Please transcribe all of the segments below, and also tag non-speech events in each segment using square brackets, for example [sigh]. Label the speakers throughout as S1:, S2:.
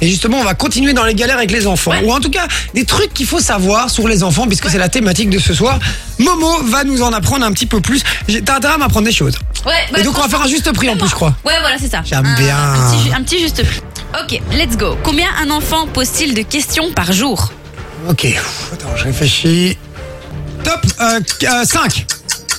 S1: Et justement, on va continuer dans les galères avec les enfants. Ou en tout cas, des trucs qu'il faut savoir sur les enfants, puisque c'est la thématique de ce soir. Momo va nous en apprendre un petit peu plus. J'ai- T'as intérêt à m'apprendre des choses.
S2: Ouais, bah,
S1: Et donc, on va faire un juste prix en plus, je crois.
S2: Ouais, voilà, c'est ça.
S1: J'aime
S2: Un-
S1: bien.
S2: Un petit, ju- un petit juste prix. Ok, let's go. Combien un enfant pose-t-il de questions par jour
S1: Ok, Pff, attends, je réfléchis. Top euh, 5,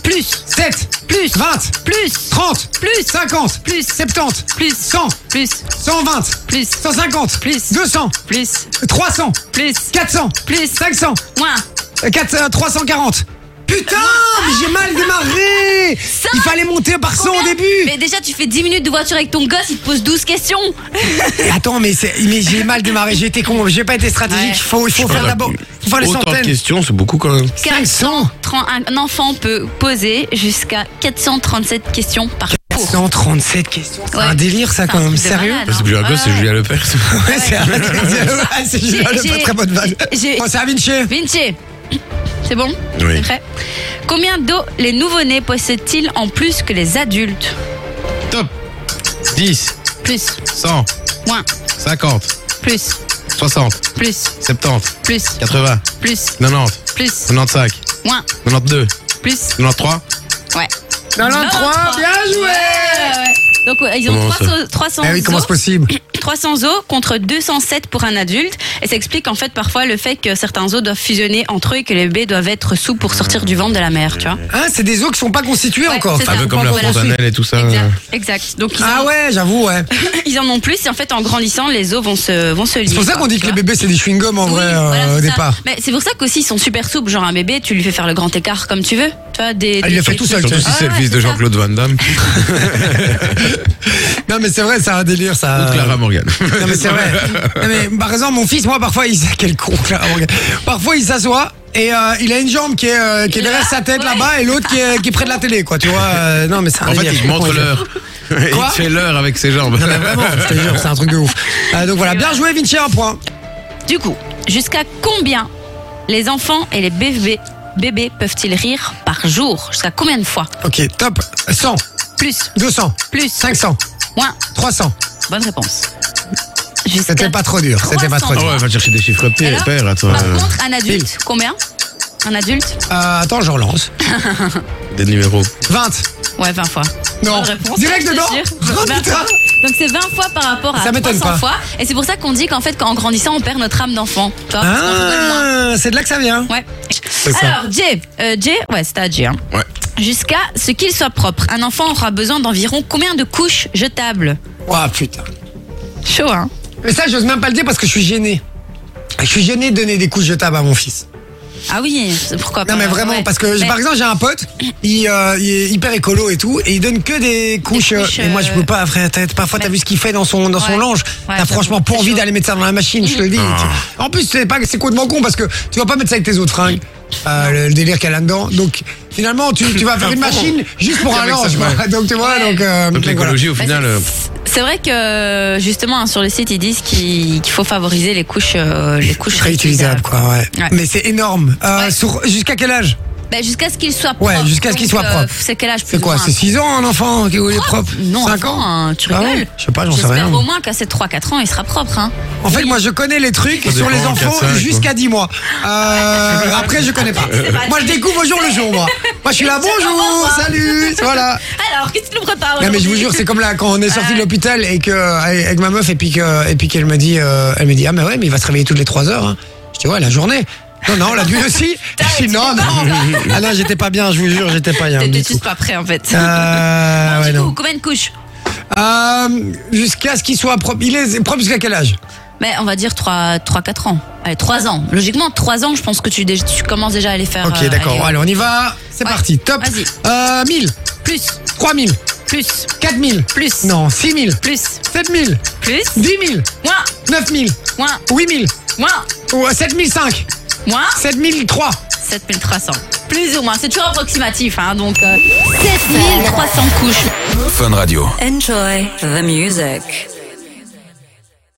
S2: Plus,
S1: 7,
S2: plus,
S1: 20,
S2: plus,
S1: 30,
S2: plus,
S1: 50,
S2: plus,
S1: 70,
S2: plus,
S1: 100,
S2: plus,
S1: 120,
S2: plus,
S1: 150,
S2: Plus.
S1: 200,
S2: plus,
S1: 300,
S2: plus,
S1: 400,
S2: plus,
S1: 500,
S2: moins.
S1: euh, quatre- euh, 340. Putain, mais j'ai mal démarré Il fallait monter par 100 au
S2: Combien
S1: début
S2: Mais déjà, tu fais 10 minutes de voiture avec ton gosse, il te pose 12 questions.
S1: Et Attends, mais, c'est- mais j'ai mal démarré, j'ai été con, j'ai pas été stratégique.
S2: Ouais.
S1: Il faut, il faut faire d'abord. Il faut faire les
S3: Autant de
S1: centaines.
S3: questions, c'est beaucoup quand même.
S1: 500
S2: Tren- Un enfant peut poser jusqu'à 437 questions par jour.
S1: 137 questions. C'est
S2: Ouais.
S1: un délire, ça,
S2: C'est un
S1: quand même.
S2: truc de
S1: Sérieux
S2: malade,
S3: Bah, C'est
S2: hein.
S3: plus un gosse, c'est
S2: Ouais.
S1: [laughs]
S3: Julien Lepers.
S1: Ouais, c'est un
S2: [laughs]
S1: mec qui dit, Ah, c'est Julien,
S2: J'ai-
S1: le pas
S2: j'ai-
S1: très bonne vanne.
S2: j'ai-
S1: Bon, c'est à Vinci.
S2: Vinci, [clears throat] c'est bon
S3: Oui.
S2: C'est prêt Combien d'eau les nouveau-nés possèdent-ils en plus que les adultes
S3: Top 10,
S2: Plus,
S3: 100,
S2: moins,
S3: 50,
S2: plus,
S3: 60,
S2: plus,
S3: 70,
S2: plus,
S3: 80,
S2: plus,
S3: 90,
S2: plus,
S3: 95,
S2: moins,
S3: 92,
S2: plus.
S3: 93.
S2: Ouais.
S1: 93, bien joué
S2: Ouais, ouais. Donc ouais, ils ont
S3: Comment
S2: 300, 300
S1: Eh oui, comment
S2: os.
S1: c'est possible
S2: 300 os contre 207 pour un adulte. Et ça explique en fait parfois le fait que certains os doivent fusionner entre eux et que les bébés doivent être souples pour sortir du ventre de la mère, tu vois.
S1: Hein, c'est des os qui sont pas constitués
S2: Ouais,
S1: encore.
S2: c'est
S3: Un
S2: ça.
S3: peu comme la
S2: Voilà.
S3: fontanelle et tout ça.
S2: Exact. exact. Donc ils,
S1: Ah
S2: en,
S1: ouais, j'avoue, ouais.
S2: ils en ont plus et en fait en grandissant les os vont se vont se lier.
S1: C'est pour ça qu'on dit que les bébés, c'est des chewing-gums en vrai, euh, au départ.
S2: Mais c'est pour ça qu'aussi ils sont super souples. Genre un bébé, tu lui fais faire le grand écart comme tu veux. Tu vois, des,
S1: Ah, il
S2: des-
S1: le fait
S2: des-
S1: tout seul,
S3: Surtout si
S2: Ah
S3: c'est le
S2: ouais,
S3: fils de
S2: c'est ça.
S3: Jean-Claude Van Damme ou
S1: Non, mais c'est vrai, c'est un délire, ça.
S3: de Clara Morgan.
S1: Euh, Non, mais c'est
S3: [laughs]
S1: vrai. Non, mais, par exemple, mon fils, moi, parfois, il. Quel con, Clara Morgan. Parfois, il s'assoit. Et euh, il a une jambe qui est, euh, qui est derrière sa tête
S2: Ouais.
S1: là-bas et l'autre qui est, qui est près de la télé, quoi, tu vois. euh, non, mais c'est un
S3: En fait,
S1: délire,
S3: il
S1: je
S3: te montre
S1: comprends,
S3: l'heure. Et
S1: Quoi
S3: Il te fait l'heure avec ses jambes.
S1: Non, mais vraiment, je te jure, c'est un truc de ouf. Euh, donc voilà, bien joué, Vinci, un point.
S2: Du coup, jusqu'à combien les enfants et les bébés bébés peuvent-ils rire par jour Jusqu'à combien de fois
S1: Ok, top. 100,
S2: Plus,
S1: 200,
S2: plus,
S1: 500,
S2: moins.
S1: 300.
S2: Bonne réponse.
S1: C'était
S2: Jusqu'à.
S1: pas hein, trop dur, c'était pas trop
S3: Ah
S1: dur.
S3: ouais, va chercher des chiffres petits,
S2: Alors,
S3: père, attends. euh,
S2: Par contre, un adulte, combien Un adulte
S1: Euh, attends, je relance.
S3: Des numéros.
S1: 20.
S2: Ouais, 20 fois.
S1: Non.
S2: Bonne réponse,
S1: Oh, Direct
S2: je te
S1: dedans.
S2: jure.
S1: Oh,
S2: 20
S1: putain.
S2: fois. Donc c'est 20 fois par rapport à
S1: Ça m'étonne
S2: 300
S1: pas.
S2: fois. Et c'est pour ça qu'on dit qu'en fait, en grandissant, on perd notre âme d'enfant. Tu vois, parce qu'on rigole moins.
S1: Ah, c'est de là que ça vient.
S2: Ouais.
S1: ça.
S2: Alors, Jay, euh, Jay, ouais, c'était à Jay. hein.
S3: Ouais.
S2: Jusqu'à ce qu'il soit propre, un enfant aura besoin d'environ combien de couches jetables
S1: Ouah, Oh, putain.
S2: Chaud, hein
S1: Mais ça, j'ose même pas le dire parce que je suis gêné. Je suis gêné de donner des couches jetables à mon fils.
S2: Ah oui, c'est- pourquoi pas
S1: Non, mais vraiment,
S2: ouais.
S1: parce que
S2: Mais-
S1: par exemple, j'ai un pote, il, euh, il est hyper écolo et tout, et il donne que des couches.
S2: couches,
S1: euh, et moi, je
S2: euh,
S1: peux pas, frère. t'as- Parfois, t'as
S2: mais-
S1: vu ce qu'il fait dans son, dans son
S2: Ouais.
S1: linge.
S2: Ouais,
S1: t'as
S2: j'avoue,
S1: franchement pas
S2: c'est
S1: envie
S2: chaud. Ah.
S1: d'aller mettre ça dans la machine, je te le dis. En plus, c'est pas, c'est complètement con parce que tu vas pas mettre ça avec tes autres fringues. Euh, le, le délire qu'il y a là-dedans. Donc, finalement, tu, tu vas faire une
S2: Ah
S1: machine juste pour un
S3: Avec ça,
S1: linge.
S3: ouais.
S1: quoi. Donc, tu vois,
S2: Ouais.
S1: donc, euh,
S3: Donc
S1: donc, voilà.
S3: l'écologie, au
S2: Bah,
S3: final.
S2: c'est-
S3: euh,
S2: C'est vrai que justement hein, sur le site ils disent qu'il qu'il faut favoriser les couches, euh, les couches
S1: réutilisable quoi ouais.
S2: Ouais.
S1: mais c'est énorme Euh,
S2: Ouais.
S1: sur jusqu'à quel âge
S2: Bah, jusqu'à ce qu'il soit
S1: Ouais,
S2: propre.
S1: jusqu'à ce qu'il
S2: Donc, euh,
S1: soit propre.
S2: C'est quel âge plus
S1: c'est
S2: ou
S1: quoi
S2: moins
S1: c'est 6 ans un enfant qui est propre
S2: Non,
S1: 5
S2: enfant,
S1: ans
S2: hein, tu
S1: Ah
S2: rigoles
S1: ouais je sais pas j'en sais
S2: J'espère
S1: rien
S2: au moins qu'à ses 3-4 ans, il sera propre. Hein.
S1: en fait moi je connais les trucs
S3: Ça
S1: sur les
S3: dépend,
S1: enfants
S3: quatre, cinq,
S1: jusqu'à 10 mois Euh, après je connais pas
S2: pas-
S1: moi je découvre au jour le jour moi moi je suis là bonjour salut voilà
S2: Alors, qu'est-ce que tu nous prépares
S1: non mais je vous
S2: aujourd'hui
S1: jure c'est comme là quand on est sorti de l'hôpital et que euh, avec ma meuf et puis que et puis qu'elle me dit euh, elle me dit ah mais ouais mais il va se réveiller toutes les 3 heures hein. je dis ouais la journée non non la nuit
S2: [laughs]
S1: aussi je dis non non ah non j'étais pas bien je vous jure j'étais pas bien
S2: T'es-
S1: du
S2: T'es
S1: tout.
S2: juste pas prêt en fait.
S1: Euh, ouais,
S2: du coup,
S1: non.
S2: combien de couches
S1: Euh, jusqu'à ce qu'il soit propre. Il est propre jusqu'à quel âge
S2: Mais on va dire 3-4 ans. Allez, 3 ans. Logiquement, 3 ans, je pense que tu, dé- tu commences déjà à les faire.
S1: Ok,
S2: euh,
S1: d'accord. Allez,
S2: aller,
S1: on y va. C'est
S2: Ouais.
S1: parti. Top.
S2: Vas-y.
S1: Euh, 1000,
S2: Plus,
S1: 3000,
S2: plus,
S1: 4000,
S2: plus.
S1: non, 6000,
S2: Plus,
S1: 7000,
S2: plus.
S1: 10 000,
S2: Moins,
S1: 9000,
S2: moins,
S1: 8000,
S2: moins,
S1: ou euh, 7005,
S2: moins.
S1: 7003.
S2: 7300. Plus ou moins. C'est toujours approximatif, hein, donc. euh, 7300 couches.
S4: Enjoy the music.